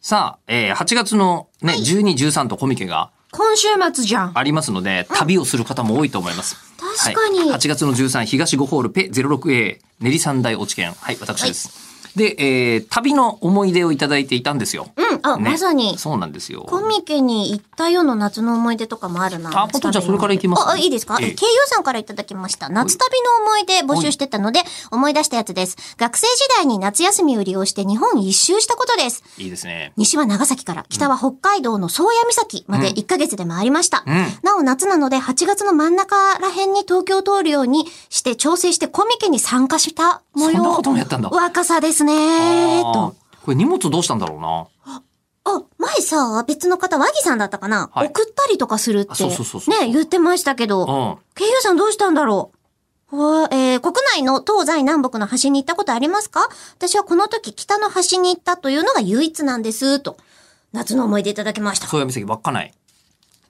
さあ、えー8月のね、12、13とコミケが今週末じゃん。ありますので、旅をする方も多いと思います。確かにはい、8月の13、東5ホールペ 06A、練り三大落ち券。はい、私です。で、えー旅の思い出をいただいていたんですよ。うん、あ、ねまさに。そうなんですよ。コミケに行ったような夏の思い出とかもあるな。あポトちゃんそれから行きますあ、あいいですか、ええ ?KU さんからいただきました。夏旅の思い出募集してたので、思い出したやつです。学生時代に夏休みを利用して日本一周したことです。いいですね。西は長崎から、北は北海道の宗谷岬まで1ヶ月で回りました。んなお夏なので8月の真ん中ら辺に東京を通るようにして調整してコミケに参加した模そんな様こと。もやったんだ。若さでえすねーと。これ荷物どうしたんだろうな。あ、前さ、別の方、和木さんだったかな、はい送ったりとかするって、あそうそうそうそうね、言ってましたけど、うん。経由さんどうしたんだろうはえー、国内の東西南北の端に行ったことありますか私はこの時北の端に行ったというのが唯一なんです、と。夏の思い出いただきました。宗谷岬稚内。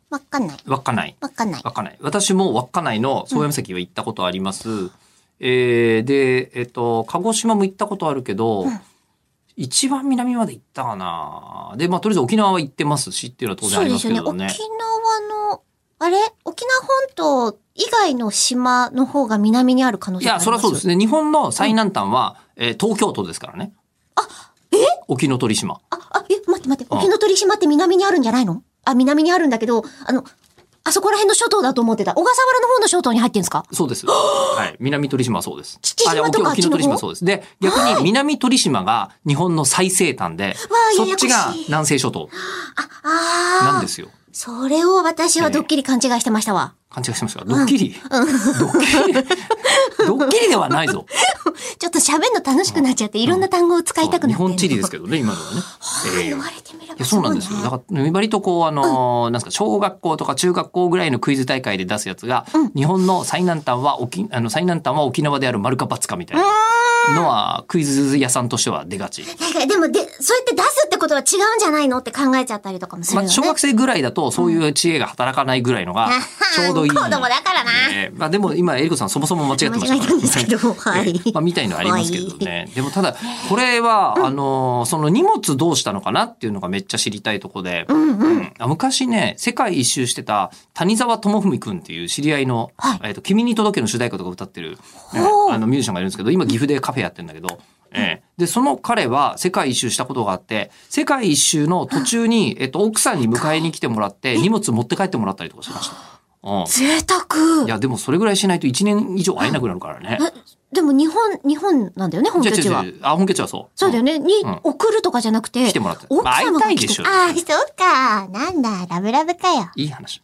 わかんない。稚内。わかんない。稚内。私も稚内の宗谷岬は行ったことあります。えーで、えっ、と、鹿児島も行ったことあるけど、一番南まで行ったかな。で、まあ、とりあえず沖縄は行ってますしっていうのは当然そあうりでますすよけね。ど沖ね。縄の、あれ沖縄本島以外の島の方が南にある可能い性があや、りますそりゃそうですね。ね。日本の最南端は、えー東京都ですからね。え沖ノ鳥島。あ、あ、え、待って待って、うん沖ノ鳥島って南にあるんじゃないのあ、南にあるんだけど、あの、あそこら辺の諸島だと思ってた。小笠原の方の諸島に入ってんですかそう です。はい。南鳥島はそうです。父島あいやとか沖沖ノ鳥島あはっちそうです。で、逆に南鳥島が日本の最西端で、あそっちややがこしい南西諸島あ、あーなんですよ。それを私はドッキリ勘違いしてましたわ。勘違いしてましたかドッキリ、ドッキリドッキリではない ぞ。ちょっと喋るの楽しくなっちゃって、いろんな単語を使いたくなって、日本地理ですけけどね、今のはね。ど。ええ言われてみれいやばそうなんですよ。だね。から、割とこう、あのーなんですか、小学校とか中学校ぐらいのクイズ大会で出すやつが、日本の最南端は沖、あの、最南端は沖縄である丸かバツかみたいなのは、クイズ屋さんとしては出がち。なんかでもで、そうやって出すってことは違うんじゃないのって考えちゃったりとかもするまよあ、ね。小学生ぐらいだと、そういう知恵が働かないぐらいのが、ちょうど いい。コードもだからな。ねまあ、でも今、エリコさんそもそも間違ってました間違えたんですけど、えはえい。まあ、みたいのありますけどね。でもただ、これは、あのー、その荷物どうしたのかなっていうのがめっちゃ知りたいとこで、うんあ昔ね、世界一周してた谷沢智文くんっていう知り合いの、はいえっと、君に届けの主題歌とか歌ってる、ええほうあのミュージシャンがいるんですけど、今岐阜でカフェやってんだけど、ええで、その彼は世界一周したことがあって、世界一周の途中に、えっと、奥さんに迎えに来てもらって、荷物持って帰ってもらったりとかしました。うん。贅い沢。や、でもそれぐらいしないと1年以上会えなくなるからね。でも日本、日本なんだよね、本拠地は違う違う。違うあ、本拠地はそう。そうだよね。に、うん送るとかじゃなくて。来てもらって奥様がまあ会いたい来てでしょああ、そうか。なんだ、ラブラブかよ。いい話。